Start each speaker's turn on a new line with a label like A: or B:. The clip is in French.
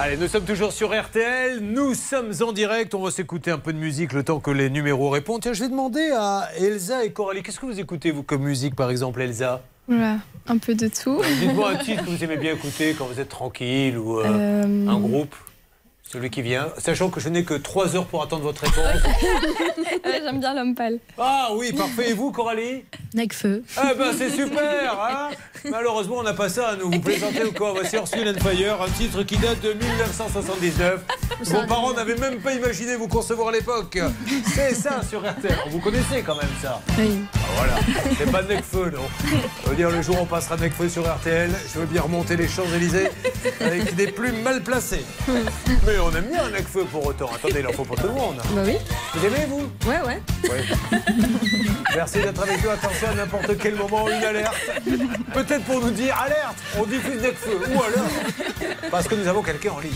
A: Allez, nous sommes toujours sur RTL, nous sommes en direct, on va s'écouter un peu de musique le temps que les numéros répondent. Tiens, je vais demander à Elsa et Coralie, qu'est-ce que vous écoutez vous comme musique par exemple Elsa Euh,
B: Voilà, un peu de tout.
A: Dites-moi un titre que vous aimez bien écouter quand vous êtes tranquille ou euh,
B: Euh,
A: un groupe, celui qui vient, sachant que je n'ai que 3 heures pour attendre votre réponse.
B: Ouais, Euh, J'aime bien l'homme pâle.
A: Ah oui, parfait, et vous Coralie
C: Necfeu.
A: Eh ben c'est super hein Malheureusement on n'a pas ça à nous. Vous plaisantez ou quoi Voici Ursula and Fire, un titre qui date de 1979. Vos parents n'avaient même pas imaginé vous concevoir à l'époque. C'est ça sur RTL. Vous connaissez quand même ça.
C: Oui.
A: Ah, Voilà. C'est pas Necfeu non. Je veux dire le jour où on passera Necfeu sur RTL, je veux bien remonter les Champs-Élysées avec des plumes mal placées. Mais on aime bien Necfeu pour autant. Attendez, il en faut pour tout le monde.
C: Bah oui.
A: Vous aimez vous
C: Ouais, ouais.
A: Ouais. Merci d'être avec nous. Attention à n'importe quel moment, une alerte. Peut-être pour nous dire alerte, on diffuse Necfeu. Ou alors, parce que nous avons quelqu'un en ligne.